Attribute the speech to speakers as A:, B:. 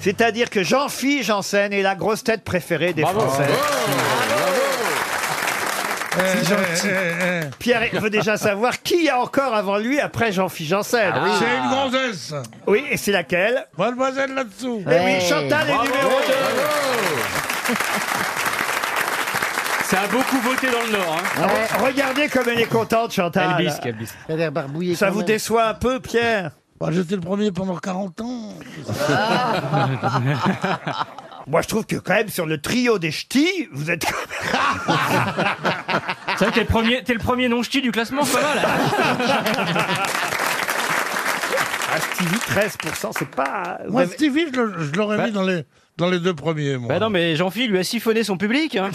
A: C'est-à-dire que Jean-Philippe Janssen est la grosse tête préférée des Français. Euh,
B: C'est gentil.
A: Pierre veut déjà savoir qui il y a encore avant lui après Jean-Philippe Janssen.
B: C'est une gonzesse.
A: Oui, et c'est laquelle
B: Mademoiselle là-dessous.
A: Eh oui, Chantal est numéro 2.
C: Ça a beaucoup voté dans le Nord. Hein.
A: Regardez comme elle est contente, Chantal.
C: Elvis, Elvis.
D: Ça a l'air barbouillé.
A: Ça
D: quand
A: vous
D: même.
A: déçoit un peu, Pierre
B: Bah, J'étais le premier pendant 40 ans.
A: Moi, je trouve que quand même, sur le trio des ch'tis, vous êtes...
C: C'est vrai que t'es le premier, t'es le premier non ch'ti du classement, pas mal. hein.
A: Ah, Stevie, 13%, c'est pas... Vous
B: Moi,
A: avez-
B: Stevie, je le- je l'aurais
C: Bah.
B: mis dans les, dans les deux premiers. Moi.
C: Bah non, mais Jean-Philippe lui a siphonné son public. hein.